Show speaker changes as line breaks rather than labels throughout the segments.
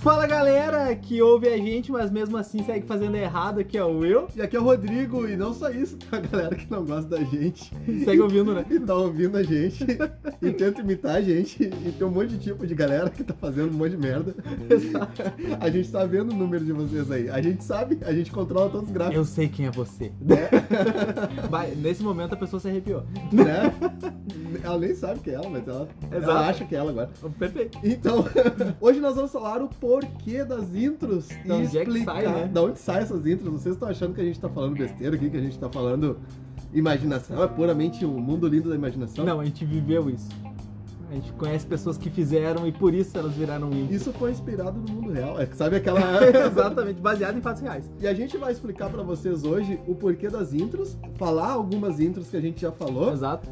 Fala galera que ouve a gente, mas mesmo assim segue fazendo errado, aqui é o Will.
E aqui é o Rodrigo, e não só isso, tem uma galera que não gosta da gente
Segue ouvindo, né?
e tá ouvindo a gente e tenta imitar a gente. E tem um monte de tipo de galera que tá fazendo um monte de merda. A gente tá vendo o número de vocês aí. A gente sabe, a gente controla todos os gráficos.
Eu sei quem é você. É. Vai, nesse momento a pessoa se arrepiou.
Né? Ela nem sabe que é ela, mas ela,
Exato.
ela acha que é ela agora.
Perfeito.
Então, hoje nós vamos falar o porquê das intros
Da
e
onde é que
explicar
sai, né?
da onde saem essas intros. Vocês estão achando que a gente tá falando besteira aqui, que a gente tá falando imaginação, é puramente um mundo lindo da imaginação.
Não, a gente viveu isso. A gente conhece pessoas que fizeram e por isso elas viraram um índios.
Isso foi inspirado no mundo real. É que sabe aquela.
Exatamente, baseado em fatos reais.
e a gente vai explicar pra vocês hoje o porquê das intros, falar algumas intros que a gente já falou.
Exato.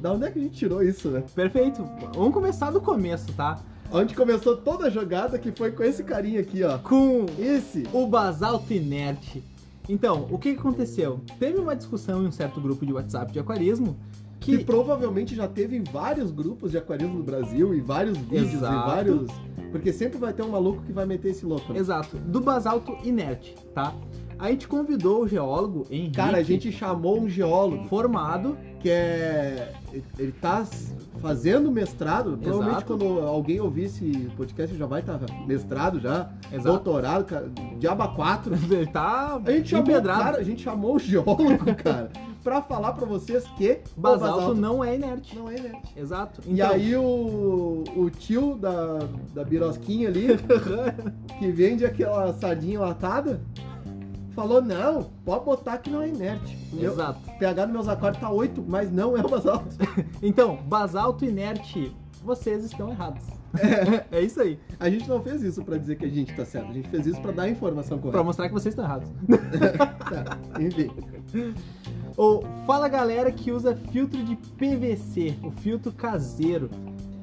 Da onde é que a gente tirou isso, né?
Perfeito. Vamos começar do começo, tá?
Onde começou toda a jogada que foi com esse carinha aqui, ó.
Com
Esse.
o basalto inerte. Então, o que que aconteceu? Teve uma discussão em um certo grupo de WhatsApp de aquarismo
que
que
provavelmente já teve em vários grupos de aquarismo no Brasil e vários vídeos
Exato.
e vários. Porque sempre vai ter um maluco que vai meter esse louco. né?
Exato, do basalto inerte, tá? A gente convidou o geólogo Henrique,
Cara, a gente chamou um geólogo
formado,
que é. Ele tá s- fazendo mestrado. Provavelmente
Exato.
quando alguém ouvir esse podcast já vai estar mestrado já,
exato,
doutorado, cara, diaba 4.
ele tá
A gente chamou, o
empedrado.
cara, a gente chamou o geólogo, cara, pra falar pra vocês que o
basalto, não é inerte.
não é inerte.
Exato. Então,
E aí o, o tio da, da birosquinha ali, que vende aquela sardinha latada, falou, não, pode botar que não é inerte. Eu,
Exato.
pH dos meus acordes tá 8, mas não é o basalto.
Então, basalto inerte, vocês estão errados. É, isso aí.
A gente não fez isso pra dizer que a gente tá certo, a gente fez isso pra dar a informação
Pra
correta.
mostrar que vocês estão errados.
Tá, enfim.
Ou fala galera que usa filtro de PVC, o filtro caseiro.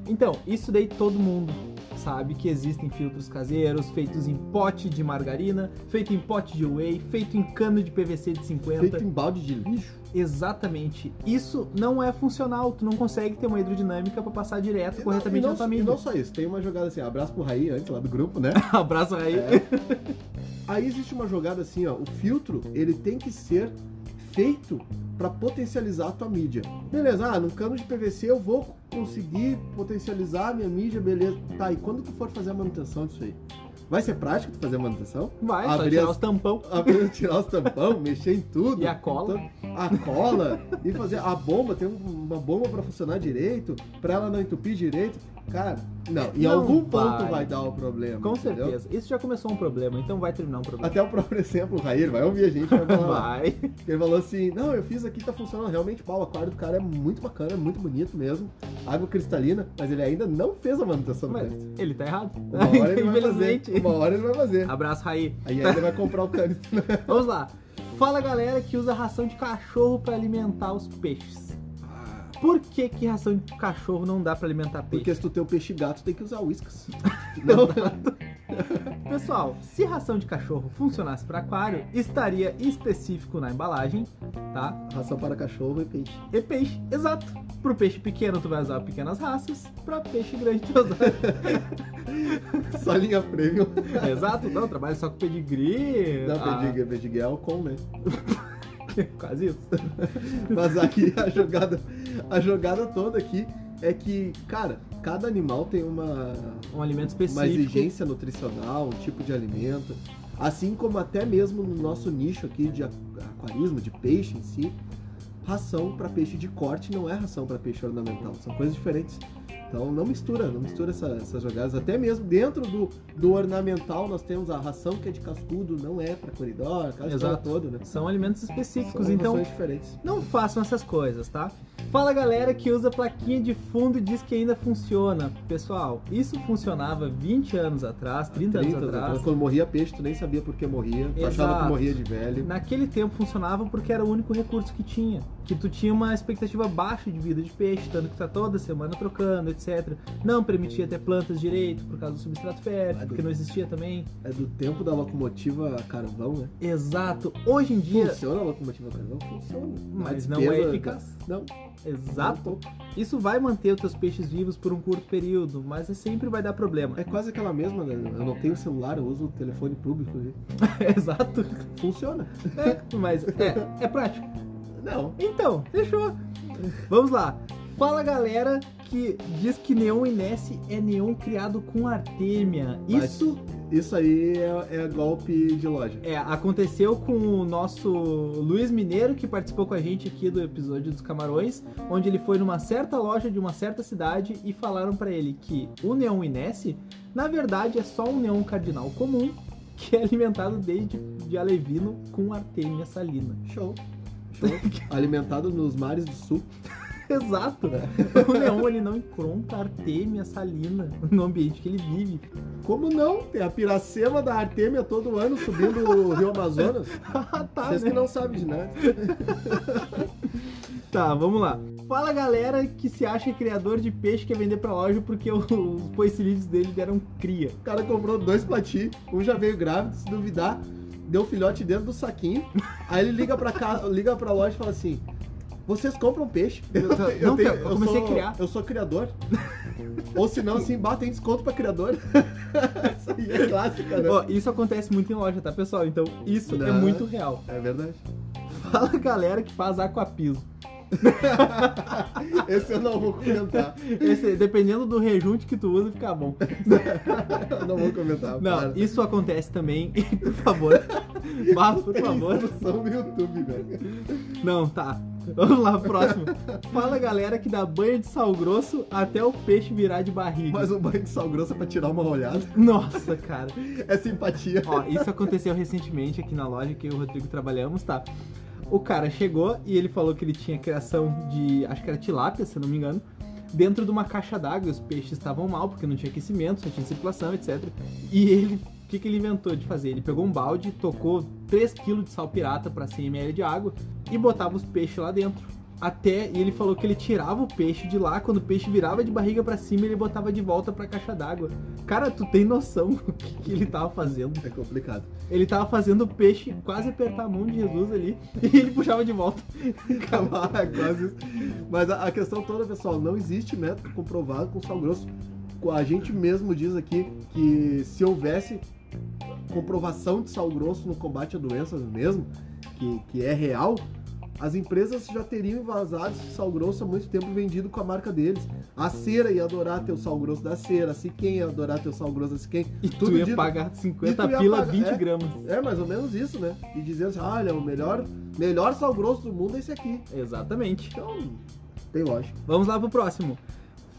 Então, isso daí todo mundo sabe que existem filtros caseiros feitos em pote de margarina, feito em pote de whey, feito em cano de PVC de 50.
Feito em balde de lixo.
Exatamente. Isso não é funcional, tu não consegue ter uma hidrodinâmica pra passar direto corretamente é
e não,
na
e
família.
não só isso, tem uma jogada assim, abraço pro Raí antes lá do grupo, né?
Abraço aí.
É. Aí existe uma jogada assim, ó. O filtro, ele tem que ser feito pra potencializar a tua mídia. Beleza, ah, num cano de PVC eu vou conseguir potencializar a minha mídia, beleza. Tá, e quando tu for fazer a manutenção disso aí? Vai ser prático tu fazer a manutenção?
Vai, só
Abrir
tirar
as-
os tampão
Apenas tirar os tampão, mexer em tudo.
e a cola.
Então, a cola e fazer a bomba, tem uma bomba pra funcionar direito, pra ela não entupir direito. Cara, não, em
Não
algum
vai.
ponto vai dar o problema.
Com
entendeu?
certeza. Isso já começou um problema, então vai terminar um problema.
Até o próprio exemplo, o Raí, ele vai ouvir a gente e vai falar.
Vai.
Porque Ele falou assim, não, eu fiz aqui, tá funcionando realmente pau. O aquário do cara é muito bacana, é muito bonito mesmo. Água cristalina, mas ele ainda não fez a manutenção do
Mas
teste.
ele tá errado.
Uma hora ele vai
Infelizmente.
fazer. Uma hora ele vai fazer.
Abraço, Raí.
Aí ainda vai comprar o cano.
Vamos lá. Fala galera que usa ração de cachorro pra alimentar os peixes. Por que, que ração de cachorro não dá pra alimentar peixe?
Porque se tu tem o peixe gato, tem que usar whiskas. Não,
Pessoal, se ração de cachorro funcionasse pra aquário, estaria específico na embalagem, tá?
ração para cachorro e peixe.
E peixe, exato. Pro peixe pequeno tu vai usar pequenas raças, pra peixe grande tu vai usar.
Só linha premium.
exato, não, trabalha só com pedigree.
Não,
ah,
pedigree, pedigree é o com, né?
Quase isso.
Mas aqui a jogada, a jogada toda aqui é que, cara, cada animal tem uma
Um alimento
uma
específico.
exigência nutricional, um tipo de alimento, assim como até mesmo no nosso nicho aqui de aqu- aquarismo, de peixe em si, ração para peixe de corte não é ração para peixe ornamental, são coisas diferentes. Então não mistura, não mistura essa- essas jogadas. Até mesmo dentro do, do ornamental nós temos a ração que é de cascudo, não é para coridor, aquela história
Exato.
toda, né?
São alimentos específicos,
São
então
rações diferentes.
Não façam essas coisas, tá? Fala galera que usa plaquinha de fundo e diz que ainda funciona. Pessoal, isso funcionava 20 anos atrás, 30, anos atrás.
né? Quando morria peixe, tu nem sabia por que morria, tu achava
Exato.
que morria de velho.
Naquele tempo funcionava porque era o único recurso que tinha. Que tu tinha uma expectativa baixa de vida de peixe, tanto que tá toda semana trocando, etc. Não permitia ter plantas direito por causa do substrato fértil,
Claro.
porque não existia também.
É do tempo da locomotiva a carvão, né?
Exato. Hoje em dia.
Funciona a locomotiva a carvão? Funciona.
Mas
A
não
despesa-
é eficaz.
Não.
Exato. Isso vai manter os teus peixes vivos por um curto período, mas é sempre vai dar problema.
É quase aquela mesma, né? Eu não tenho celular, eu uso o telefone público. né?
Exato.
Funciona.
É, mas é, é prático.
Não.
Então, fechou. Vamos lá. Fala galera que diz que neon Inesse é neon criado com artêmia.
Vai.
Isso
Isso aí é, é golpe de loja.
é, aconteceu com o nosso Luiz Mineiro, que participou com a gente aqui do episódio dos Camarões, onde ele foi numa certa loja de uma certa cidade e falaram pra ele que o neon Inesse, na verdade, é só um neon cardinal comum que é alimentado desde de alevino com artêmia salina.
Show. Show. Alimentado nos mares do sul.
Exato. O neon ele não encontra artêmia salina no ambiente que ele vive.
Como não? Tem a piracema da Artêmia todo ano subindo o rio Amazonas.
Ah, tá,
Vocês
né?
que não sabem de nada.
Tá, vamos lá. Fala galera que se acha criador de peixe que quer vender pra loja porque o- os poecilídeos dele deram cria.
O cara comprou dois plati, um já veio grávido, se duvidar, deu filhote dentro do saquinho. Aí ele liga pra, casa, liga pra loja e fala assim: Vocês compram peixe?
Não, cara, eu comecei
sou,
a criar.
Eu sou criador. Ou se não, assim, batem desconto pra criador. Isso aí é clássica, né?
Ó, isso acontece muito em loja, tá pessoal? Então isso é
Não.
muito real.
É verdade.
Fala galera que faz aquapiso.
Esse eu não vou comentar.
Esse, dependendo do rejunte que tu usa, fica bom.
Eu não vou comentar. para.
Não, isso acontece também. Por favor. Mas, por
Tem
favor.
instrução no YouTube, velho.
Não, tá. Vamos lá, próximo. Fala galera que dá banho de sal grosso até o peixe virar de barriga.
Mas um banho de sal grosso é pra tirar uma olhada.
Nossa, cara.
É simpatia.
Ó, isso aconteceu recentemente aqui na loja que eu e o Rodrigo trabalhamos, tá? O cara chegou e ele falou que ele tinha criação de, acho que era tilápia, se eu não me engano, dentro de uma caixa d'água. Os peixes estavam mal porque não tinha aquecimento, só tinha circulação, etc. E ele, o que, que ele inventou de fazer? Ele pegou um balde, tocou 3kg de sal pirata pra 100ml de água e botava os peixes lá dentro. Até, e ele falou que ele tirava o peixe de lá, quando o peixe virava de barriga pra cima, ele botava de volta pra caixa d'água. Cara, tu tem noção do que, que ele tava fazendo?
É complicado.
Ele tava fazendo o peixe quase apertar a mão de Jesus ali e ele puxava de volta.
Acabar, é quase isso. Mas a, a questão toda, pessoal, não existe método comprovado com sal grosso. A gente mesmo diz aqui que se houvesse comprovação de sal grosso no combate a doenças mesmo, que, que é real, as empresas já teriam vazado esse sal grosso há muito tempo e vendido com a marca deles. A cera ia adorar ter o sal grosso da cera, a Siquem ia adorar ter o sal grosso da Siquem.
E tu
Tudo
ia
dito.
pagar
E
50
tu ia
pila,
pagar,
20
é.
gramas.
É mais ou menos isso, né? E dizendo assim, ah, olha, o melhor, melhor sal grosso do mundo é esse aqui.
Exatamente.
Então, tem lógica.
Vamos lá pro próximo.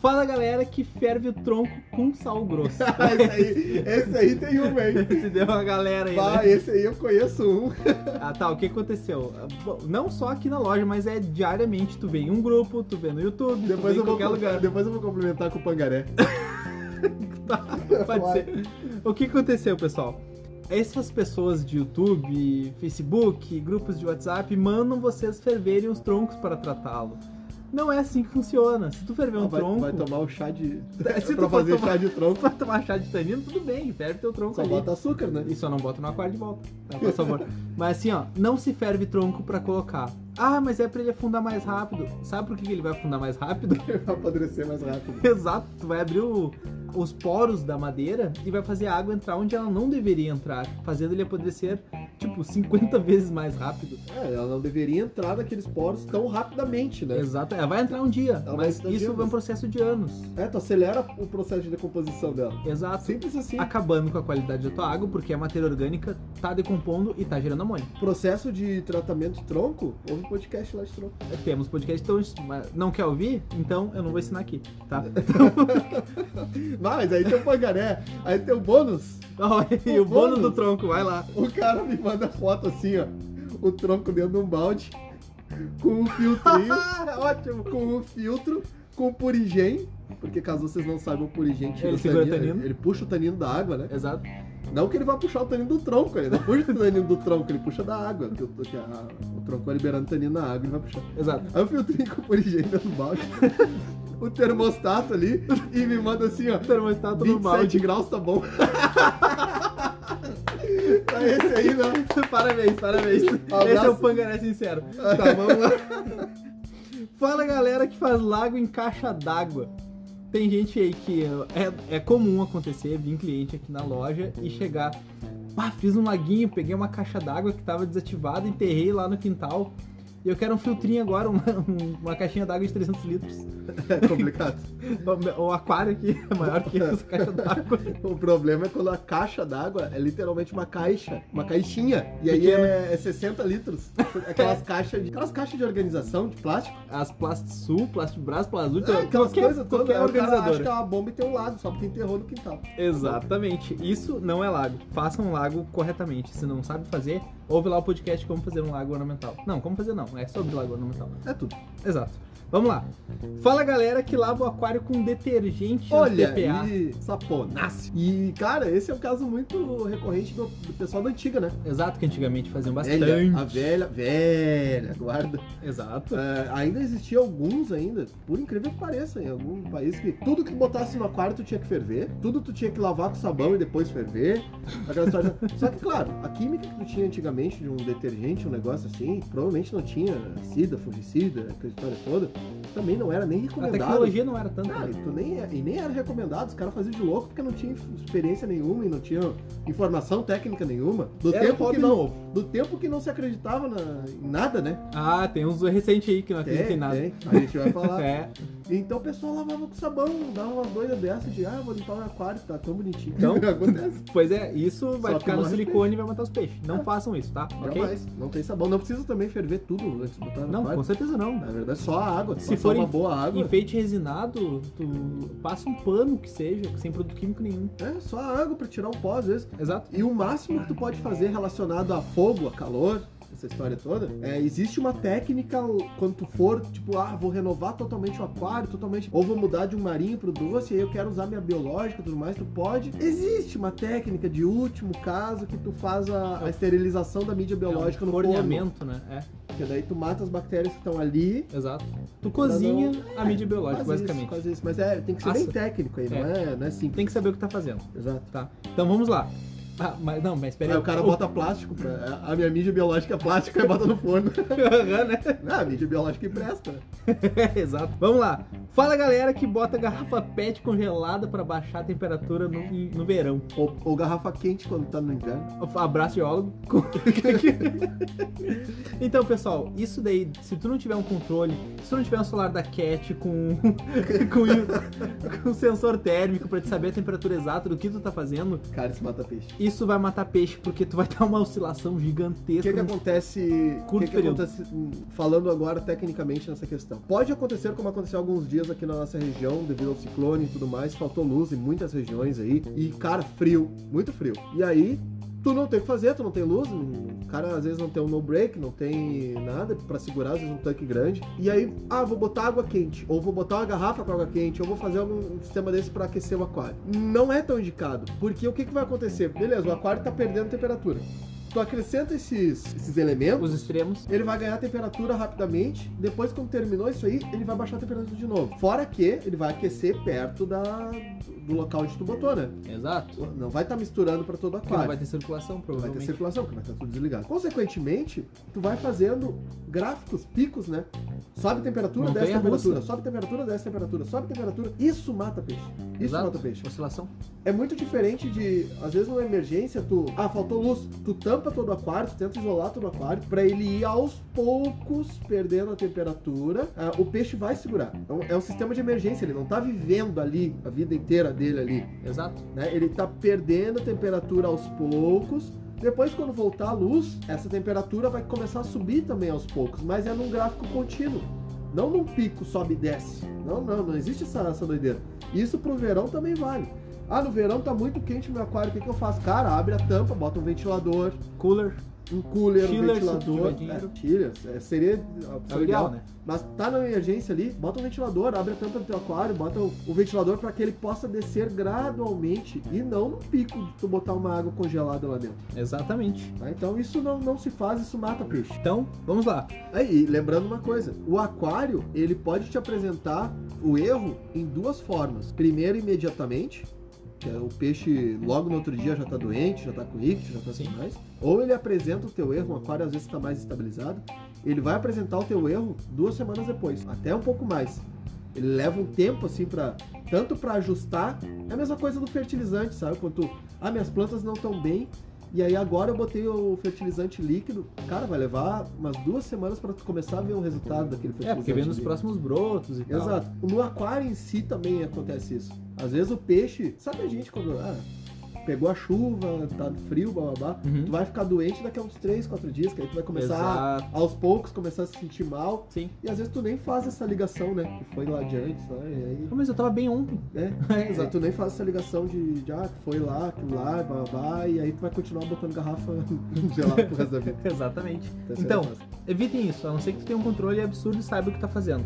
Fala galera que ferve o tronco com sal grosso.
Ah, esse, aí, esse aí tem um, hein?
Se deu uma galera aí, né?
Bah, esse aí eu conheço um.
Ah, tá. O que aconteceu? Ah, bom, Não só aqui na loja, mas é diariamente. Tu vê em um grupo, tu vê no YouTube, tu vê
Depois
em
eu, vou,
qualquer lugar. Tá,
depois eu vou complementar com o pangaré.
Pode ser. O que aconteceu, pessoal? Essas pessoas de YouTube, Facebook, grupos de WhatsApp mandam vocês ferverem os troncos para tratá-lo. Não é assim que funciona. Se tu ferver um
vai,
tronco, É,
vai tomar o chá de.
Se tu for
pra fazer
tomar-
chá de tronco,
vai tomar chá de tanino, tudo bem, ferve teu tronco
só
ali.
bota açúcar, né?
E só não bota no aquário de volta, tá? por favor. mas assim, ó, não se ferve tronco para colocar. Ah, mas é para ele afundar mais rápido. Sabe por que que ele vai afundar mais rápido?
Pra apodrecer mais rápido.
Exato, tu vai abrir o- os poros da madeira e vai fazer a água entrar onde ela não deveria entrar, fazendo ele apodrecer, tipo, 50 vezes mais rápido.
É, ela não deveria entrar naqueles poros tão rapidamente, né?
Exato, ela vai entrar um dia,
Ela vai
mas
entrar um
isso
dia,
é um
mas-
processo de anos.
É, tu acelera o processo de decomposição dela.
Exato.
Simples assim.
Acabando com a qualidade da tua água, porque a matéria orgânica tá decompondo e tá gerando amônia.
Processo de tratamento de tronco, houve um podcast lá de tronco.
Temos podcast, então mas não quer ouvir? Então eu não vou ensinar aqui, tá?
É.
Então,
Mas aí tem o pangaré, aí tem o bônus.
olha aí, o
O
bônus do
bônus.
tronco, vai lá.
O cara me manda foto assim, ó. O tronco dentro de um balde. Com um filtrinho. ótimo. Com um filtro. Com um purigem. Porque caso vocês não saibam, o purigem tira
Ele
o
segura o
tanino.
tanino.
Ele, ele puxa o tanino da água, né?
Exato.
Não que ele vá puxar o tanino do tronco. Ele não puxa o tanino do tronco. Ele puxa da água. Que, o- que a- ah, o tronco vai liberando tanino na água. Ele vai puxar.
Exato.
Aí o filtrinho com o purigem dentro do balde. o termostato ali. E me manda assim, ó.
Termostato no
27
balde.
graus tá bom. Tá esse aí, não.
Parabéns, parabéns. Esse é o
Abraço.
Pangaré Sincero. Tá, vamos lá. Fala galera que faz lago em caixa d'água. Tem gente aí que é, é comum acontecer, vir cliente aqui na loja e chegar. Ah, fiz um laguinho, peguei uma caixa d'água que estava desativada, enterrei lá no quintal. E eu quero um filtrinho agora, uma, um- uma caixinha d'água de 300 litros.
É complicado.
O, o aquário aqui é maior que essa caixa d'água.
O problema é quando a caixa d'água é literalmente uma caixa, uma caixinha. E aí
Pequena.
é, é 60 litros. Aquelas caixas de. Aquelas caixas de organização de plástico.
As Plastsul, Plastibras, Plazul,
É, aquelas
qualquer,
coisas todas.
qualquer
aí o cara acha que
organizadora.
é uma bomba e tem um lago, só porque enterrou no quintal.
Exatamente. Isso não é lago. Faça um lago corretamente. Se não sabe fazer, ouve lá o podcast Como Fazer um Lago Ornamental. Não, como fazer não. É sobre lago ornamental.
É tudo.
Exato. Vamos lá. Fala galera que lava o aquário com detergente
Olha,
TPA.
e saponasse. E, cara, esse é um caso muito recorrente do, do pessoal da antiga, né?
Exato, que antigamente faziam bastante.
Velha, a velha, velha guarda.
Exato.
É, ainda existia alguns ainda, por incrível que pareça, em algum país que tudo que botasse no aquário tu tinha que ferver, tudo tu tinha que lavar com sabão e depois ferver. Aquela história. Só que, claro, a química que tu tinha antigamente de um detergente, um negócio assim, provavelmente não tinha acida, fungicida, aquela história toda, também não era nem
A
recomendado.
tecnologia não era tanto.
Não, e, tu nem, é, e nem era recomendado, os caras faziam de louco porque não tinha experiência nenhuma e não tinha informação técnica nenhuma. Do,
Era um
tempo
hobby
que, não,
novo.
do tempo que não se acreditava na- em nada, né?
Ah, tem uns recentes aí que não acreditam em nada.
Tem, a gente vai falar.
É.
Então o pessoal lavava com sabão, dava uma doida dessa de ah, vou limpar o aquário, tá tão bonitinho.
Então,
acontece.
Pois é, isso vai
Só que
ficar no
morre
silicone e vai matar os peixes. Não
É.
façam isso, tá? Ok?
Jamais. Não tem sabão. Não precisa também ferver tudo antes de botar no
Não,
aquário.
com certeza não.
Na verdade, é só a água.
Se
Passar
for
uma
em-
boa água.
Enfeite resinado, tu passa um pano que seja, sem produto químico nenhum.
É, só a água pra tirar o pó às vezes.
Exato.
E o máximo que tu pode fazer relacionado a fogo, a calor, essa história toda, é, existe uma técnica quando tu for, tipo, ah, vou renovar totalmente o aquário, totalmente, ou vou mudar de um marinho pro doce, aí eu quero usar minha biológica e tudo mais, tu pode. Existe uma técnica de último caso que tu faz a, a esterilização da mídia
é um
biológica no forno,
forneamento, né?
que daí tu mata as bactérias que estão ali.
É, exato. Tu cozinha a mídia biológica,
Faz isso,
basicamente.
faz isso, mas é, tem que ser bem
Assa.
técnico aí, não é, não é simples.
Tem que saber o que tá fazendo,
Exato.
tá? Então vamos lá. Ah, mas não, mas espera
Aí o cara bota plástico, pra- a minha mídia biológica é plástica e bota no forno.
Aham, né?
Ah, a mídia biológica empresta. né?
Exato. Vamos lá. Fala galera que bota garrafa PET congelada pra baixar a temperatura no, no verão.
Ou, ou garrafa quente quando tá no inverno.
Abraço, geólogo. então, pessoal, isso daí, se tu não tiver um controle, se tu não tiver um celular da Cat com, com, i- com sensor térmico pra te saber a temperatura exata do que tu tá fazendo,
Cara, isso mata peixe.
isso vai matar peixe, porque tu vai dar uma oscilação
O que,
gigantesca.
que é
no-
acontece. O
Curto
que, que
período.
acontece. hum, Falando agora tecnicamente nessa questão. Pode acontecer, como aconteceu alguns dias aqui na nossa região, devido ao ciclone e tudo mais, faltou luz em muitas regiões aí. E, cara, frio, muito frio. E aí. Tu não tem o que fazer, tu não tem luz, o cara às vezes não tem um no break, não tem nada pra segurar, às vezes um tanque grande. E aí, ah, vou botar água quente, ou vou botar uma garrafa com água quente, ou vou fazer algum sistema desse pra aquecer o aquário. Não é tão indicado, porque o que, que vai acontecer? Beleza, o aquário tá perdendo temperatura. Tu acrescenta esses, esses elementos,
Os extremos.
ele vai ganhar temperatura rapidamente. Depois, quando terminou isso aí, ele vai baixar a temperatura de novo. Fora que ele vai aquecer perto da, do local onde tu botou, né?
Exato.
Não vai estar misturando para todo o
Porque não vai
aquário.
ter circulação,
Vai ter
provavelmente.
circulação, porque vai estar tudo desligado. Consequentemente, tu vai fazendo gráficos, picos, né? Sobe temperatura, desce
Montanha-russa.
temperatura, sobe temperatura, desce temperatura, sobe temperatura. Isso mata peixe. Isso
Exato.
mata peixe.
Oscilação.
É muito diferente de, às vezes, numa emergência, tu. Ah, faltou luz. Tu tampa todo o aquário, tu tenta isolar todo o aquário, pra ele ir aos poucos perdendo a temperatura. ah, o peixe vai segurar. É um, é um sistema de emergência, ele não tá vivendo ali a vida inteira dele ali.
Exato.
né? Ele tá perdendo a temperatura aos poucos. Depois, quando voltar a luz, essa temperatura vai começar a subir também aos poucos, mas é num gráfico contínuo. Não num pico sobe e desce. Não, não, não existe essa, essa doideira. Isso pro verão também vale. Ah, no verão tá muito quente meu aquário, o que, que eu faço? Cara, abre a tampa, bota um ventilador,
Cooler.
um cooler,
Chiller,
um
se tiver
ventilador.
dinheiro.
É, chiller, é, seria a
É
opção
o
ideal.
ideal, né?
Mas tá na emergência ali, bota um ventilador, abre a tampa do teu aquário, bota o, o ventilador para que ele possa descer gradualmente e não no pico de tu botar uma água congelada lá dentro.
Exatamente.
tá? Então isso não, não se faz, isso mata peixe.
Então, vamos lá.
Aí, É, e lembrando uma coisa, o aquário, ele pode te apresentar o erro em duas formas. Primeiro, imediatamente, que é o peixe logo no outro dia já tá doente, já tá com ictus, já tá sem
Sim.
mais. Ou ele apresenta o teu erro, o aquário às vezes tá mais estabilizado. Ele vai apresentar o teu erro duas semanas depois, até um pouco mais. Ele leva um tempo assim para tanto para ajustar. É a mesma coisa do fertilizante, sabe? Quando tu, ah, minhas plantas não estão bem, e aí agora eu botei o fertilizante líquido. Cara, vai levar umas duas semanas para começar a ver o resultado daquele fertilizante.
É, porque vem nos
líquido.
próximos brotos e tal.
Exato. No aquário em si também acontece isso. Às vezes o peixe, sabe a gente quando ah, pegou a chuva, tá frio, bababá,
Uhum.
tu vai ficar doente daqui a uns 3, 4 dias, que aí tu vai começar
Exato.
a, aos poucos começar a se sentir mal.
Sim.
E às vezes tu nem faz essa ligação, né? Que foi lá adiante, sabe? E aí,
Ah, Mas eu tava bem ontem.
né?
É.
E aí tu nem faz essa ligação de, de ah, tu foi lá, tu lá, bababá, e aí tu vai continuar botando garrafa gelada pro resto da vida.
Exatamente.
Essa é a
Então,
resposta.
Evitem isso, a não ser que tu tenha um controle absurdo e saiba o que tá fazendo.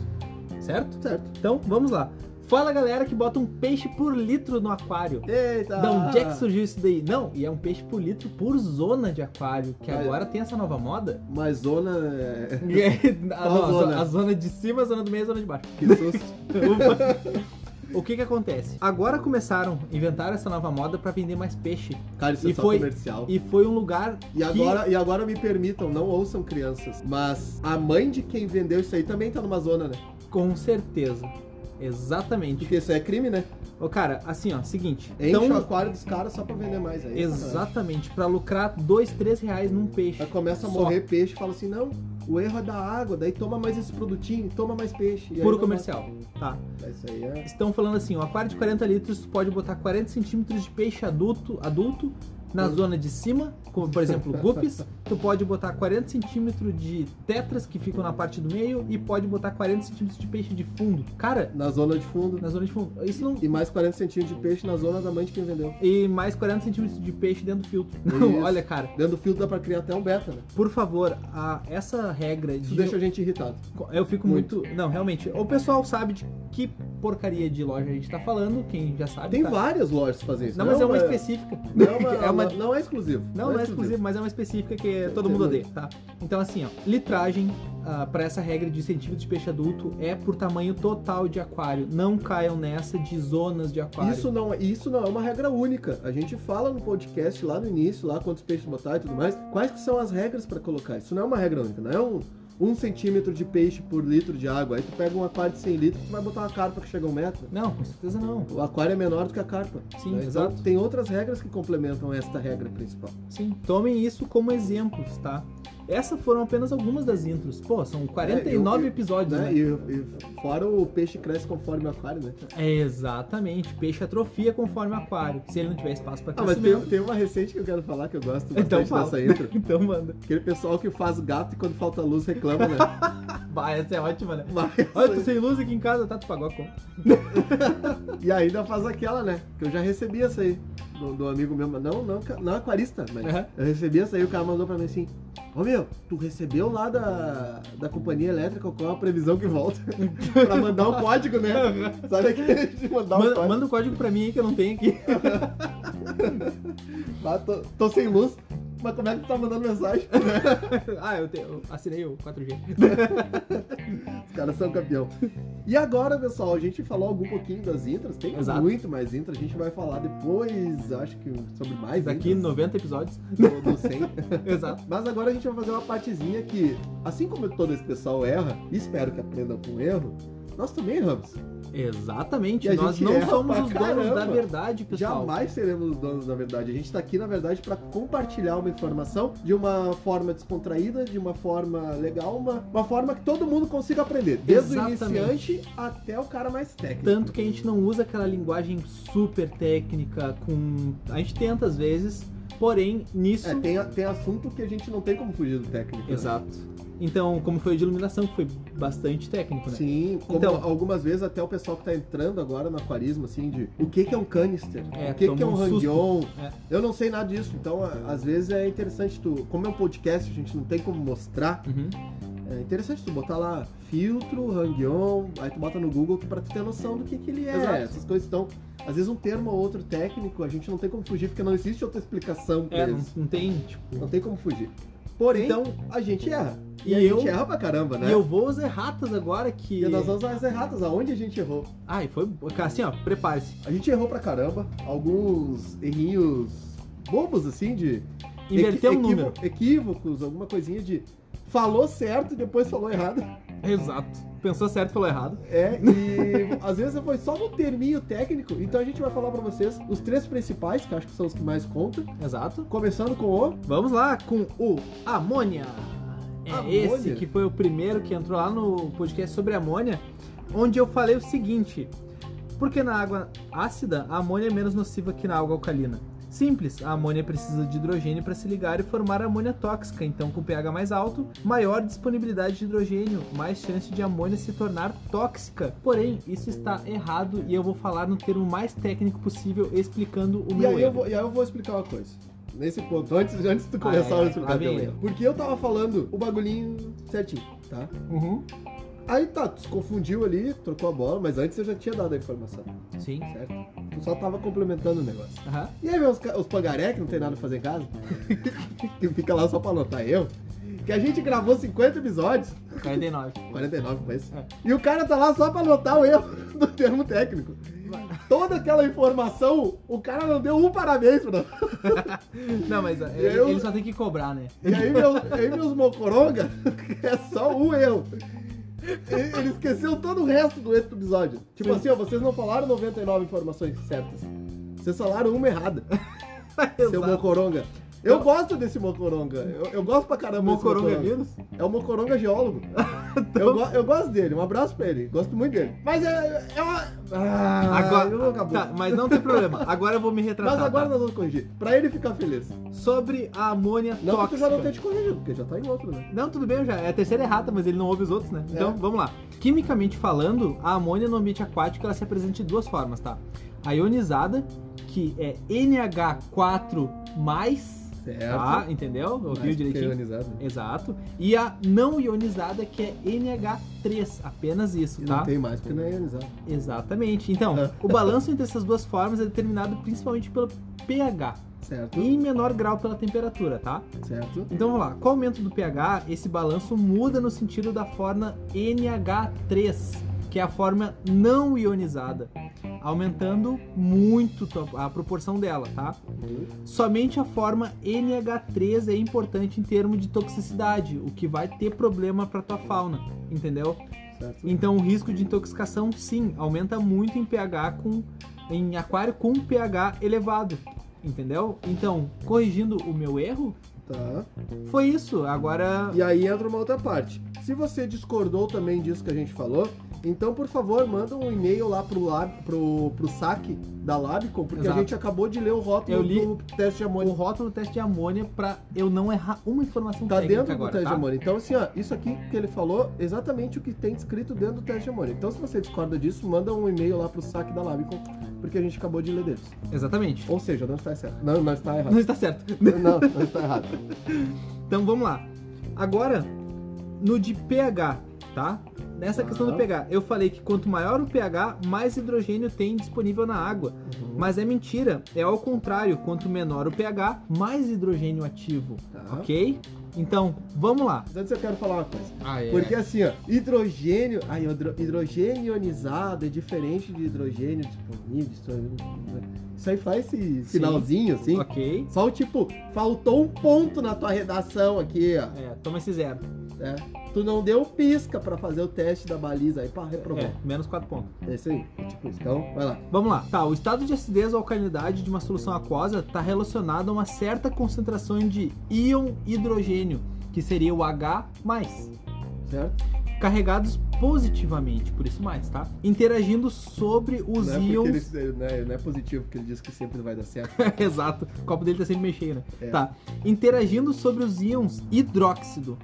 Certo?
certo.
Então, vamos lá. Fala galera que bota um peixe por litro no aquário.
Eita!
Da onde é que surgiu isso daí? Não, e é um peixe por litro por zona de aquário, que
Ah, é.
agora tem essa nova moda.
Mas zona é.
E aí, a,
Qual
não, a zo-
zona?
a zona de cima, a zona do meio, a zona de baixo.
Que susto.
Ufa. o que que acontece? Agora começaram, inventaram essa nova moda pra vender mais peixe.
Cara, isso
E
é só
foi-
comercial.
E foi um lugar
E agora, e agora me permitam, não ouçam crianças, mas a mãe de quem vendeu isso aí também tá numa zona, né?
que, com certeza, exatamente.
Porque isso é crime, né?
Ô, cara, assim, ó, seguinte.
Enche
tão-
o aquário dos caras só pra vender mais. Aí,
Exatamente, pra lucrar dois, três reais num peixe.
Aí começa a
Só.
morrer peixe e fala assim, não, o erro é da água, daí toma mais esse produtinho, toma mais peixe. E aí
Puro
não
comercial, tá?
mata. Isso aí é...
Estão falando assim, o aquário de 40 litros, tu pode botar 40 centímetros de peixe adulto, adulto na
Hum.
zona de cima, como por exemplo guppies, tu pode botar 40 centímetros de tetras que ficam na parte do meio e pode botar 40 centímetros de peixe de fundo. Cara,
Na zona de fundo né?
na zona de fundo, isso não...
e mais 40 centímetros de peixe na zona da mãe de quem vendeu.
E mais 40 centímetros de peixe dentro do filtro. Não,
Isso.
olha cara,
Dentro do filtro dá pra criar até um beta, né?
por favor, a- essa regra de...
Isso deixa a gente irritado.
Eu fico muito. Não, realmente. O pessoal sabe de que porcaria de loja a gente tá falando, quem já sabe.
Tem
tá?
várias lojas que fazem isso. né?
Não, mas é uma específica.
Não é, uma,
É uma-
não é exclusivo.
Não, não é exclusiva, mas é uma específica que todo
Tem
mundo
muito.
odeia, tá? Então, assim, ó. Litragem ah, pra essa regra de centímetros de peixe adulto é por tamanho total de aquário. Não caiam nessa de zonas de aquário.
Isso não, isso não é uma regra única. A gente fala no podcast lá no início, lá quantos peixes botar e tudo mais, quais que são as regras para colocar. Isso não é uma regra única, não é um, um centímetro de peixe por litro de água. Aí tu pega uma aquário de 100 litros, tu vai botar uma carpa que chega a um metro.
Não, com certeza não.
O aquário é menor do que a carpa.
Sim,
Então,
exato.
Tem outras regras que complementam esta regra principal.
Sim. Tomem isso como exemplos, tá? Essas foram apenas algumas das intros. Pô, são 49
É, eu- eu-
episódios, né?
Né? E, e fora o peixe cresce conforme o aquário, né?
É, exatamente. Peixe atrofia conforme o aquário. Se ele não tiver espaço pra
Ah, mas
crescimento.
tem, tem uma recente que eu quero falar que eu gosto bastante
Então fala.
dessa intro.
Então manda.
Aquele pessoal que faz gato e quando falta luz reclama, né?
Vai, essa é ótima, né?
Mas-
Olha, tô sem luz aqui em casa, tá? Tu pagou a conta.
E ainda faz aquela, né? Que eu já recebi essa aí. Do, do amigo meu, mas não, não, não aquarista, mas
Aham.
eu recebi essa aí, o cara mandou pra mim assim, ô meu, tu recebeu lá da, da companhia elétrica qual a previsão que volta? pra mandar o código, né? Sabe aquele de mandar o
Manda,
código?
manda o código pra mim aí que eu não tenho aqui.
Ah, tô, tô sem luz, mas como é que tu tá mandando mensagem?
ah, eu, te, eu assinei o 4G.
Os caras são campeão. E agora, pessoal, a gente falou algum pouquinho das intras, tem
Exato.
muito mais intras, a gente vai falar depois, acho que sobre mais
Daqui
intras.
90 episódios.
do, do 100.
Exato.
Mas agora a gente vai fazer uma partezinha que, assim como todo esse pessoal erra, e espero que aprendam com erro, nós também erramos.
Exatamente.
E a
Nós
gente
não
erra
somos
pra
os donos da
caramba.
verdade, pessoal.
Jamais seremos os donos da verdade. A gente tá aqui, na verdade, para compartilhar uma informação de uma forma descontraída, de uma forma legal, uma, uma forma que todo mundo consiga aprender. Desde
Exatamente.
o iniciante até o cara mais técnico.
Tanto que a gente não usa aquela linguagem super técnica com. A gente tenta às vezes, porém, nisso.
É, tem, a- tem assunto que a gente não tem como fugir do técnico. né?
Exato. Então, como foi o de iluminação, que foi bastante técnico, né?
Sim, como
Então-
algumas vezes até o pessoal que tá entrando agora no aquarismo, assim, de o que que é um canister,
É,
o que que é
toma
um
um susto.
hangion,
É.
eu não sei nada disso, então a- às vezes é interessante tu, como é um podcast, a gente não tem como mostrar,
Uhum.
é interessante tu botar lá filtro, hangion, aí tu bota no Google que pra tu ter noção do que que ele é,
Exato.
essas coisas então às vezes um termo ou outro técnico, a gente não tem como fugir, porque não existe outra explicação pra
É, não,
isso,
não tem, tipo.
não tem como fugir. Porém,
Então,
a gente erra, e,
e
a
eu-
gente erra pra caramba, né?
E eu vou usar erratas agora que.
E é nós vamos às erradas, aonde a gente errou.
Ai, foi. cara, Assim, ó, prepare-se.
A gente errou pra caramba. Alguns errinhos bobos, assim, de.
Inverteu
equi-
um
equivo-
número.
Equívocos, alguma coisinha de. Falou certo e depois falou errado.
Exato. Pensou certo, falou errado.
É, e às vezes foi só no terminho técnico. Então a gente vai falar pra vocês os três principais, que eu acho que são os que mais contam.
Exato.
Começando com o.
Vamos lá com o Amônia. É
Amônia?
esse que foi o primeiro que entrou lá no podcast sobre amônia, onde eu falei o seguinte: porque na água ácida a amônia é menos nociva que na água alcalina? Simples, a amônia precisa de hidrogênio para se ligar e formar amônia tóxica, então com pH mais alto, maior disponibilidade de hidrogênio, mais chance de amônia se tornar tóxica. Porém, isso está errado e eu vou falar no termo mais técnico possível explicando o
E
meu é.
aí, eu
erro.
vou, e aí eu vou explicar uma coisa. Nesse ponto, antes, antes de tu começar,
Ah, é,
eu vou explicar
lá vem
teu
ele.
erro. Porque eu tava falando o bagulhinho certinho, tá?
Uhum.
Aí tá, tu se confundiu ali, trocou a bola, mas antes eu já tinha dado a informação,
Sim.
certo? Tu só tava complementando o negócio.
Aham.
E aí vem os, ca- os pangaré que não tem nada pra fazer em casa, que fica lá só pra anotar eu, que a gente gravou 50 episódios,
49.
49 parece,
É.
e o cara tá lá só pra anotar o erro do termo técnico. Toda aquela informação, o cara não deu um parabéns pra nós.
Não, mas
E
ele,
aí eu-
ele só tem que cobrar, né?
E aí, meu, e aí meus mocoronga, é só um erro. Ele ele esqueceu todo o resto do outro episódio. Tipo
Sim.
assim, ó, vocês não falaram 99 informações certas. Vocês falaram uma errada, seu
Exato. Então-
mocoronga. Eu gosto desse mocoronga. Eu, eu gosto pra caramba desse
Mocoronga vírus? Então-
É o mocoronga geólogo. eu, go- eu gosto dele, um abraço pra ele. Gosto muito dele. Mas é, é uma... Ah, eu não
agora,
acabou.
tá, mas não tem problema. Agora eu vou me retratar.
Mas agora
tá?
nós vamos corrigir. Pra ele ficar feliz.
Sobre a amônia
Não que
tóxica.
tu já não tenha te corrigido, porque já tá em outro, né?
Não, tudo bem, já. É a terceira errata, mas ele não ouve os outros, né? Então,
É.
vamos lá. Quimicamente falando, a amônia no ambiente aquático ela se apresenta de duas formas, tá? A ionizada, que é NH4+,
Certo.
tá? Entendeu? Ouviu
Mais
direitinho?
peronizado.
Exato. E a não ionizada, que é NH3, apenas isso,
E
tá?
Não tem mais, porque não é ionizado.
Exatamente. Então,
É.
o balanço entre essas duas formas é determinado principalmente pelo pH
Certo?
e em menor grau pela temperatura, tá?
Certo?
Então vamos lá, com o aumento do pH, esse balanço muda no sentido da forma NH3, que é a forma não ionizada, aumentando muito to- a proporção dela, tá? Somente a forma NH3 é importante em termos de toxicidade, o que vai ter problema para tua fauna, entendeu?
Certo?
Então o risco de intoxicação sim aumenta muito em pH com em aquário com pH elevado, entendeu? Então, corrigindo o meu erro,
Tá.
foi isso. Agora
E aí entra uma outra parte. Se você discordou também disso que a gente falou, então, por favor, manda um e-mail lá pro, lab, pro, pro saque da Labcom, porque
Exato.
a gente acabou de ler o rótulo
Eu li
do teste de
o
amônia.
rótulo do teste de amônia para eu não errar uma informação
Tá
técnica
dentro
agora,
do teste
tá?
de amônia. Então, assim, ó, isso aqui que ele falou, é exatamente o que tem descrito dentro do teste de amônia. Então, se você discorda disso, manda um e-mail lá pro saque da Labcom, porque a gente acabou de ler deles.
Exatamente.
Ou seja, não está certo. Não, não está errado.
Não está certo.
não, não está errado.
Então vamos lá. Agora, no de pH, tá? Nessa
Tá.
questão do pH, eu falei que quanto maior o pH, mais hidrogênio tem disponível na água.
Uhum.
Mas é mentira, é ao contrário, quanto menor o pH, mais hidrogênio ativo,
Tá.
ok? Então, vamos lá.
Mas Antes eu quero falar uma coisa.
Ah,
Porque assim, ó, hidrogênio. Ai, hidro- hidrogênio ionizado é diferente de hidrogênio disponível. disponível. né? Isso aí faz esse sinalzinho, assim.
Ok.
Só o tipo, faltou um ponto na tua redação aqui, ó.
É, toma esse zero.
né? Tu não deu pisca pra fazer o teste da baliza aí, pá, reprovou.
É, menos 4 pontos.
É. isso aí. É Tipo, isso. então, vai lá.
Vamos lá. Tá, o estado de acidez ou alcalinidade de uma solução aquosa está relacionado a uma certa concentração de íon hidrogênio, que seria o H+.
Certo?
carregados positivamente, por isso mais, tá? Interagindo sobre os
não, é porque
íons.
ele- não é- não é positivo porque ele diz que sempre vai dar certo.
Exato, o copo dele tá sempre mexendo, né?
É.
Tá. Interagindo sobre os íons hidróxido,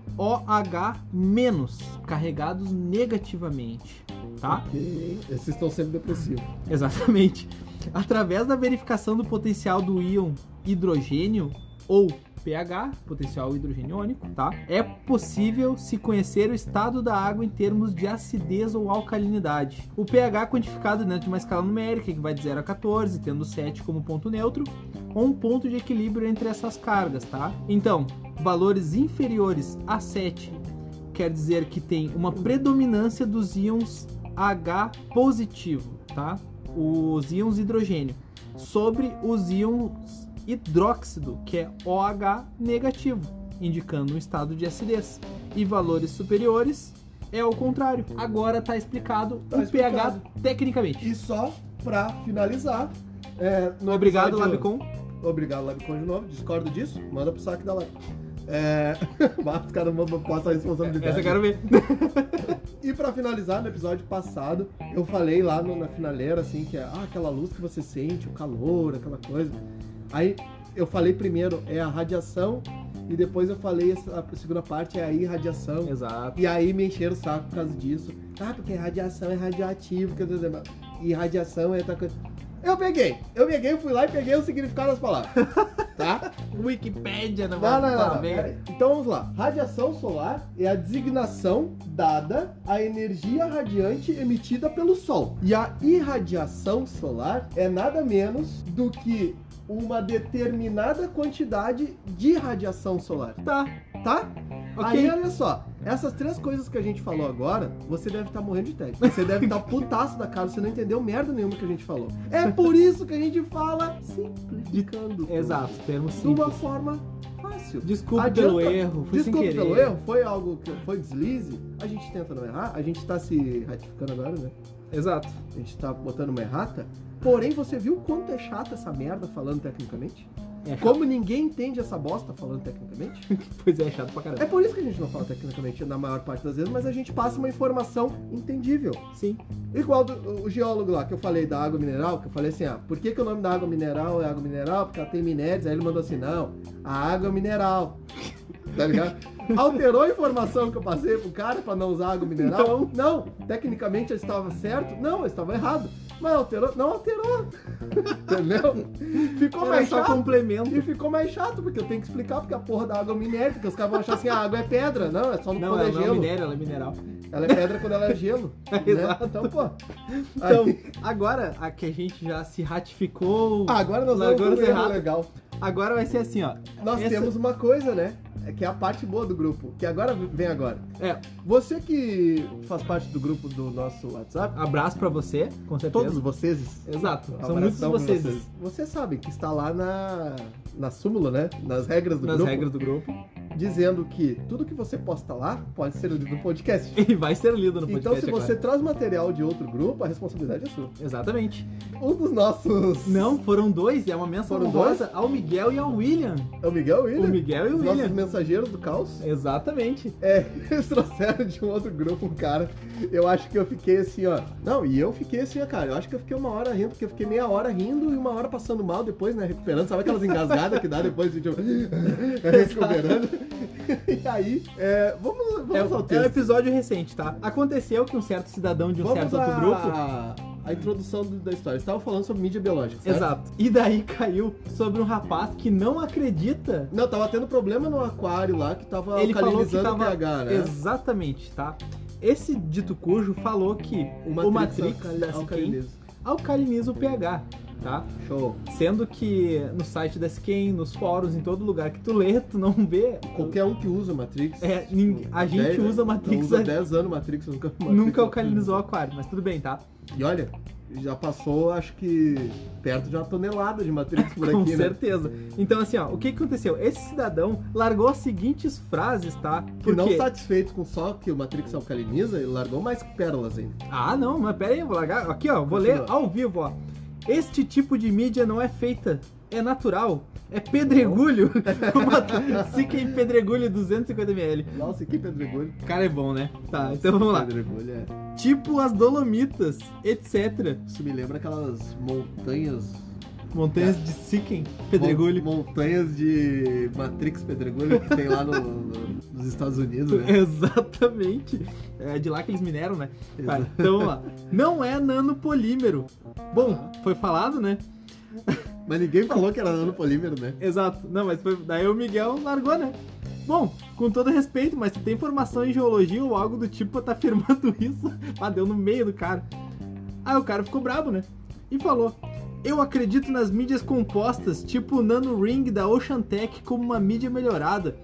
OH-, carregados negativamente, tá?
Ok. Esses estão sempre depressivos.
Exatamente. Através da verificação do potencial do íon hidrogênio ou pH, potencial hidrogeniônico, tá? É possível se conhecer o estado da água em termos de acidez ou alcalinidade. O pH quantificado dentro de uma escala numérica que vai de 0 a 14, tendo 7 como ponto neutro, ou um ponto de equilíbrio entre essas cargas, tá? Então, valores inferiores a 7 quer dizer que tem uma predominância dos íons H positivo, tá? Os íons hidrogênio sobre os íons hidróxido, que é OH negativo, indicando um estado de acidez. E valores superiores é ao contrário. Agora tá explicado
Tá
o
explicado.
pH tecnicamente.
E só pra finalizar. é, no
Obrigado,
episódio-
Labicon.
Obrigado, Labicon, de novo. Discordo disso? Manda pro saco da Labicon. É... Mas os caras vão passar a responsabilidade.
Essa eu quero ver.
E pra finalizar, no episódio passado, eu falei lá no- na finaleira, assim, que é ah, aquela luz que você sente, o calor, aquela coisa. Aí eu falei primeiro, é a radiação, e depois eu falei essa- a segunda parte, é a irradiação.
Exato.
E aí me encheram o saco por causa disso. Ah, porque radiação é radioativo, que eu tô dizendo, e radiação é outra coisa. Eu peguei, eu peguei, fui lá e peguei o significado das palavras. tá?
Wikipédia né? Tá não vai
Não, não, não, não.
saber.
peraí. Então vamos lá. Radiação solar é a designação dada à energia radiante emitida pelo Sol. E a irradiação solar é nada menos do que uma determinada quantidade de radiação solar,
Tá,
tá? Aí
ok.
olha só, essas três coisas que a gente falou agora, você deve estar morrendo de tédio. Você deve estar putaço da cara, você não entendeu merda nenhuma que a gente falou. É por isso que a gente fala simplificando.
Exato, termo
De uma
simples.
forma fácil.
Desculpe
Adianta-
pelo erro, fui sem
Desculpa
querer.
pelo erro, foi algo que foi deslize. A gente tenta não errar, a gente tá se ratificando agora, né?
Exato.
A gente tá botando uma errata. Porém, você viu quanto é chata essa merda falando tecnicamente?
É
Como ninguém entende essa bosta falando tecnicamente?
Pois é, chato pra caramba.
É por isso que a gente não fala tecnicamente na maior parte das vezes, mas a gente passa uma informação entendível.
Sim.
Igual do- o geólogo lá que eu falei da água mineral, que eu falei assim, ah, por que, que o nome da água mineral é água mineral? Porque ela tem minérios, aí ele mandou assim, não, a água é mineral. Tá ligado? Alterou a informação que eu passei pro cara pra não usar água
Então.
mineral? Não. tecnicamente eu estava certo? Não, eu estava errado. Mas alterou? Não alterou. Entendeu? Ficou
Era
mais
só
é chato.
complemento.
E ficou mais chato, porque eu tenho que explicar porque a porra da água é um minério, porque os caras vão achar assim, a água é pedra. Não, é só no
Não,
quando
ela
é
não é
gelo.
minério, ela é mineral.
Ela é pedra quando ela é gelo. né?
Exato.
Então, pô.
Então,
Aí-
agora a que a gente já se ratificou,
Ah, agora nós
Largou
vamos
no
um erro
tá errado.
legal.
agora vai ser assim, ó.
Nós
Essa-
temos uma coisa, né? É Que é a parte boa do grupo, que agora vem agora.
É,
Você que faz parte do grupo do nosso WhatsApp,
abraço pra você, com certeza.
todos vocês,
Exato,
um
são
abração
muitos
pra
vocês.
Vocês sabem que está lá na, na súmula, né? Nas regras do
Nas
grupo,
regras do grupo.
dizendo que tudo que você posta lá pode ser lido no podcast.
E vai ser lido no
então,
podcast
se
agora.
você traz material de outro grupo, a responsabilidade é sua.
Exatamente.
Um dos nossos.
Não, foram dois, é uma menção
Foram
honrosa ao Miguel e ao William.
É o Miguel
O
William?
Miguel e o
Os nossos
William.
mensageiros do caos.
Exatamente.
É, eles trouxeram de um outro grupo um cara. Eu acho que eu fiquei assim, ó. Não, e eu fiquei assim, ó, cara. Eu acho que eu fiquei uma hora rindo, porque eu fiquei meia hora rindo e uma hora passando mal depois, né? Recuperando. Sabe aquelas engasgadas que dá depois de tipo, recuperando? e aí, é, vamos, vamos
É,
ao
é um
texto.
episódio recente, tá? Aconteceu que um certo cidadão de um
vamos
certo outro
à-
grupo
A introdução do- da história. Você estava falando sobre mídia biológica. certo?
Exato. E daí caiu sobre um rapaz que não acredita.
Não, tava tendo problema no aquário lá que tava
Ele falou que
alcalinizando
tava-
o pH, né?
Exatamente, tá? Esse dito cujo falou que o Matrix
alcali-
da Skin
alcaliniza.
alcaliniza o pH, tá?
Show.
Sendo que no site da Skin, nos fóruns, em todo lugar que tu lê, tu não vê.
Qualquer um que usa Matrix. Hum,
É, ninguém- a gente
Dez- né?
usa Matrix
Usa
a-
10 anos Matrix, nunca Matrix
Nunca alcalinizou o aquário, mas tudo bem, tá?
E olha, já passou, acho que perto de uma tonelada de Matrix por
Com
aqui, né?
certeza. Então, assim, ó, o que que aconteceu? Esse cidadão largou as seguintes frases, tá?
Que não
quê?
satisfeito com só que o Matrix alcaliniza, ele largou mais pérolas ainda.
Ah, não, mas pera aí, eu vou largar. Aqui, ó, vou ler
Continua.
ao vivo, ó. Este tipo de mídia não é feita, é natural, é pedregulho. Uma Sica em pedregulho 250ml.
Nossa, que pedregulho.
O cara é bom, né? Tá, então vamos lá.
Pedregulho, é.
Tipo as Dolomitas, etc.
Isso me lembra aquelas montanhas.
Montanhas de Siquem, pedregulho.
mon- montanhas de Matrix pedregulho que tem lá no- no- nos Estados Unidos, né?
Exatamente. É de lá que eles mineram, né? Tá, então vamos lá. Não é nanopolímero. Bom, foi falado, né?
Mas ninguém falou que era nanopolímero, né?
Exato. Não, mas foi... daí o Miguel largou, né? Bom, com todo respeito, mas se tem formação em geologia ou algo do tipo pra tá afirmando isso, ah, deu no meio do cara. Aí o cara ficou brabo, né? E falou: Eu acredito nas mídias compostas, tipo o Nano Ring da Ocean Tech, como uma mídia melhorada.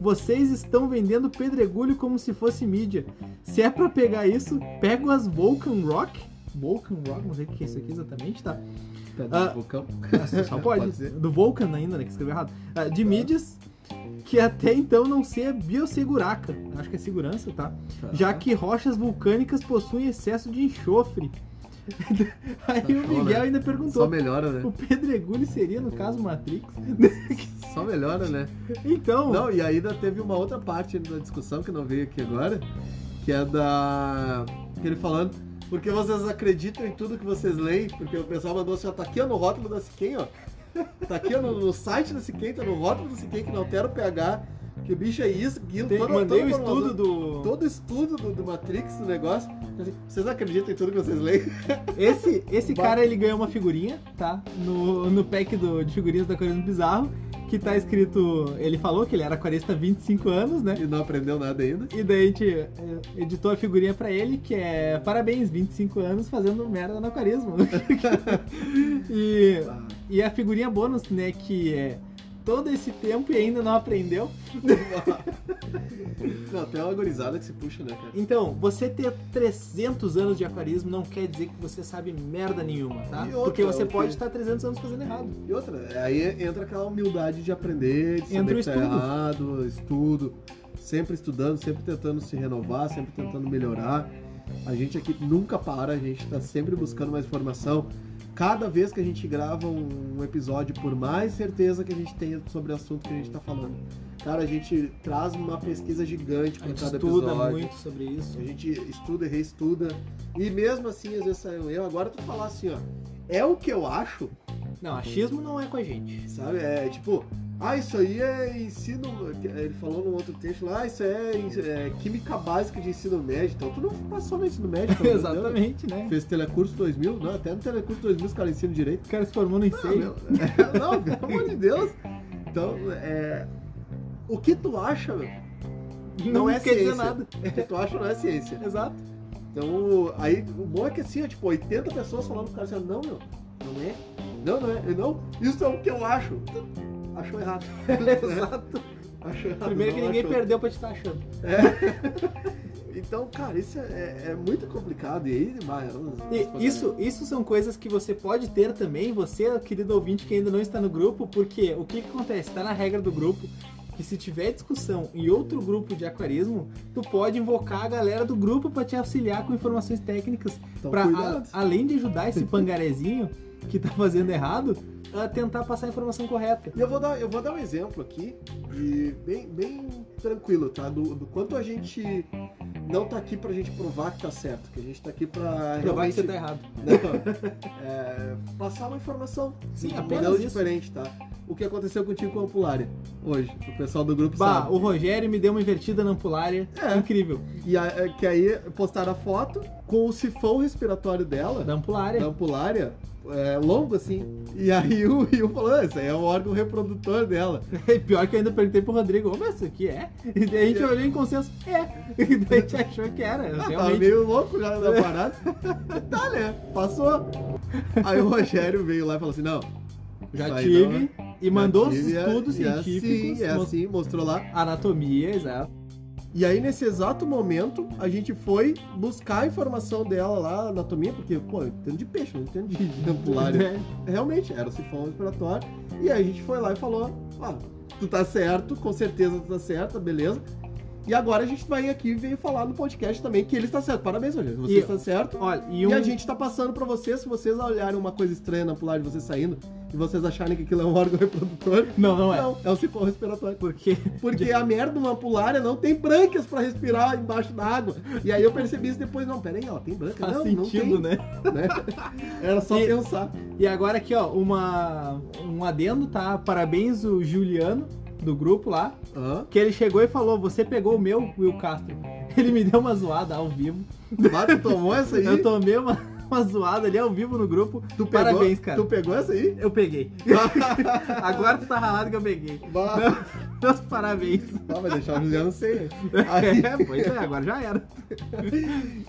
Vocês estão vendendo pedregulho como se fosse mídia. Se é pra pegar isso, pego as Vulcan Rock. Vulcan Rock, não sei o que é isso aqui exatamente, tá?
Tá,
Ah,
vulcão.
Só pode.
Tá Pode ser.
do Vulcan ainda, né? Que escreveu errado. Ah, de Ah, mídias que até então não seja bioseguraca, acho que é segurança, tá?
Tá.
Já que rochas vulcânicas possuem excesso de enxofre. Aí
Tá
o
show,
Miguel
né?
ainda
Só
perguntou,
melhora, né?
o pedregulho seria, no caso, Matrix?
Só melhora, né?
Então,
Não, e ainda teve uma outra parte da discussão que não veio aqui agora, que é da. que ele falando. Porque vocês acreditam em tudo que vocês leem, porque o pessoal mandou assim, ó, tá aqui ó, no rótulo da Siquem, ó. Tá aqui ó, no, no site da Siquem, tá no rótulo da Siquem que não altera o pH, que o bicho é isso, guilo,
tem-
toda-
mandei o
toda formação-
estudo do...
Todo estudo do, do Matrix, do negócio. assim, vocês acreditam em tudo que vocês leem?
Esse, esse
Ba-
cara, ele ganhou uma figurinha, tá? No, no pack do, de figurinhas da Coreia do Bizarro, que tá escrito... Ele falou que ele era aquarista há 25 anos, né?
E não aprendeu nada ainda.
E daí a gente eh, editou a figurinha pra ele, que é parabéns, 25 anos fazendo merda no aquarismo. e,
Ah,
e a figurinha bônus, né, que é todo esse tempo e ainda não aprendeu.
Não, tem uma gorizada que se puxa, né, cara?
Então, você ter 300 anos de aquarismo não quer dizer que você sabe merda nenhuma, tá?
E outra,
Porque você
o que-
pode estar 300 anos fazendo errado.
E outra, aí entra aquela humildade de aprender, de
Entra
saber
o
que tá
estudo.
errado, estudo, sempre estudando, sempre tentando se renovar, sempre tentando melhorar. A gente aqui nunca para, a gente tá sempre buscando mais informação. Cada vez que a gente grava um episódio, por mais certeza que a gente tenha sobre o assunto que a gente tá falando, cara, a gente traz uma pesquisa gigante
A
para
gente
cada
estuda
episódio.
muito sobre isso.
A gente estuda e reestuda. E mesmo assim, às vezes saiu eu. Agora tu falar assim, ó. É o que eu acho,
Não, achismo não é com a gente.
sabe? É tipo, ah, isso aí é ensino. Ele falou num outro texto lá, ah, isso é, é química básica de ensino médio. Então tu não passou no ensino médio,
Tá então.
pelo amor de Deus, né?
Exatamente, né?
Fez telecurso 2000? Não, até no telecurso 2000 os caras ensinam direito.
O cara se formou no
Não,
enseio.
Ah, meu, né? não, pelo amor de Deus. Então, é. O que tu acha, meu?
Não,
não é
quer dizer
ciência.
nada.
O que tu acha não é ciência.
Exato.
Então, aí, o bom é que assim, ó, tipo, 80 pessoas falando pro cara assim, não, meu, não é, não, não é, Ele, não, isso é o que eu acho. Achou errado. Né?
Exato.
Achou errado.
Primeiro que
não
ninguém
achou.
perdeu pra te estar achando.
Então, cara, isso é, é- é muito complicado. E aí, mas, né?
E isso, isso são coisas que você pode ter também, você, querido ouvinte que ainda não está no grupo, porque o que, que acontece? Está na regra do grupo que se tiver discussão em outro grupo de aquarismo, tu pode invocar a galera do grupo para te auxiliar com informações técnicas,
Então,
para
cuidado.
além de ajudar esse pangarezinho que tá fazendo errado, a tentar passar a informação correta.
E eu vou dar, eu vou dar um exemplo aqui, e bem, bem tranquilo, tá? Do, do quanto a gente não tá aqui pra gente provar que tá certo, que a gente tá aqui pra
Provar que
realmente
você tá errado.
Não, é, passar uma informação.
Sim,
um
apenas
modelo
isso.
diferente, tá? O que aconteceu contigo com a Ampulária hoje? O pessoal do grupo
Bah,
sabe.
o Rogério me deu uma invertida na ampulária.
É.
Incrível.
E a- é, que aí postaram a foto com o sifão respiratório dela,
Da ampulária.
da Ampulária, é, longo assim. E aí o Rio falou: "Ah, Isso aí é o órgão reprodutor dela.
E pior que eu ainda perguntei pro Rodrigo, "Ô, mas isso aqui é? E daí a gente olhou em consenso, é. E daí a gente achou que era.
Ah, Tava
realmente.
meio louco já na parada. tá, né? Passou. Aí o Rogério veio lá e falou assim: Não. isso
já
aí não é-
tive. e
já
mandou os
tive, é-
estudos
é assim,
científicos.
É
mos-
assim, mostrou lá.
Anatomia, exato.
E aí, nesse exato momento, a gente foi buscar a informação dela lá, anatomia, porque, pô, eu entendo de peixe, eu não entendo de ampulária.
É.
Realmente, era o sifão respiratório. E aí a gente foi lá e falou, ó, tu tá certo, com certeza tu tá certa, beleza. E agora a gente vai aqui e veio falar no podcast também que ele está certo. Parabéns, Rogério, você
E-
está certo.
Olha, e
E,
um.
a gente tá passando pra vocês, se vocês olharem uma coisa estranha na pular de vocês saindo e vocês acharem que aquilo é um órgão reprodutor,
Não, não é.
não, é o sifão respiratório.
Porque
Porque a merda de uma pulária não tem brânquias pra respirar embaixo da água. E aí eu percebi isso depois, não, peraí, ela tem brânquia.
faz
não,
sentido,
não
né?
tem, né? Era só
E-
pensar.
E agora aqui, ó, uma, um adendo, tá? Parabéns o Juliano, do grupo lá,
Hã?
que ele chegou e falou: Você pegou o meu, Will Castro. Ele me deu uma zoada ao vivo.
Mas tu tomou essa aí?
Eu tomei uma, uma zoada ali ao vivo no grupo.
Tu pegou,
Parabéns, cara.
Tu pegou essa aí?
Eu peguei. Agora tu tá ralado que eu peguei.
Bah,
Meus parabéns.
bah, vai deixar o Juliano sem. né? Aí-
É, pois é, agora já era.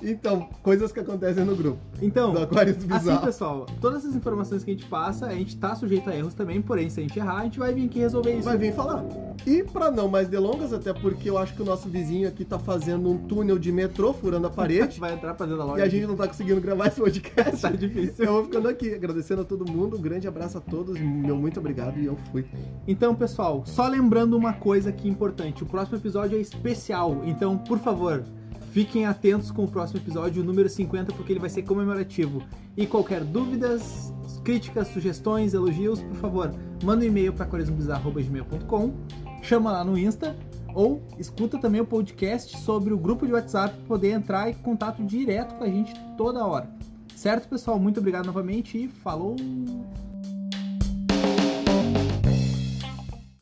então, coisas que acontecem no grupo.
Então,
do Aquário do
assim,
Bizarro.
pessoal, todas essas informações que a gente passa, a gente tá sujeito a erros também, porém, se a gente errar, a gente vai vir aqui resolver isso.
Vai vir falar. E para não mais delongas, até porque eu acho que o nosso vizinho aqui tá fazendo um túnel de metrô furando a parede
Vai entrar pra dentro da
e
loja.
a gente não tá conseguindo gravar esse podcast.
tá difícil.
Eu vou ficando aqui, agradecendo a todo mundo, um grande abraço a todos, meu muito obrigado e eu fui.
Então, pessoal, só lembrando uma coisa que é importante: o próximo episódio é especial, então, por favor, fiquem atentos com o próximo episódio, o número 50, porque ele vai ser comemorativo. E qualquer dúvidas, críticas, sugestões, elogios, por favor, manda um e-mail para quaresmobizarro.gmail.com, chama lá no Insta. Ou escuta também o podcast sobre o grupo de WhatsApp pra poder entrar em contato direto com a gente toda hora. Certo, pessoal? Muito obrigado novamente e falou!